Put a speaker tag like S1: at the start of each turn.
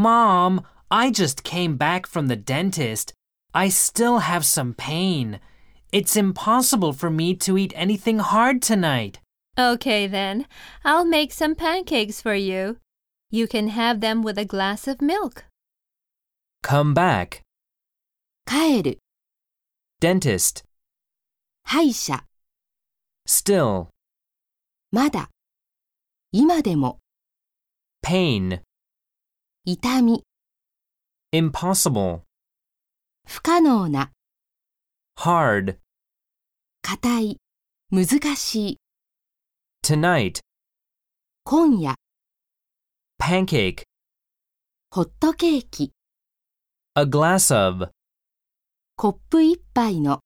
S1: Mom, I just came back from the dentist. I still have some pain. It's impossible for me to eat anything hard tonight.
S2: Okay then, I'll make some pancakes for you. You can have them with a glass of milk.
S1: Come back.
S3: 帰る、
S1: Dentist.
S3: 歯医者、
S1: Still.
S3: まだ。今でも、
S1: Pain.
S3: 痛み、
S1: Impossible.
S3: 不可能な、
S1: Hard.
S3: 硬い、難しい、
S1: Tonight.
S3: 今夜、
S1: Pancake.
S3: ホットケーキ、
S1: A glass of.
S3: コップ一杯の。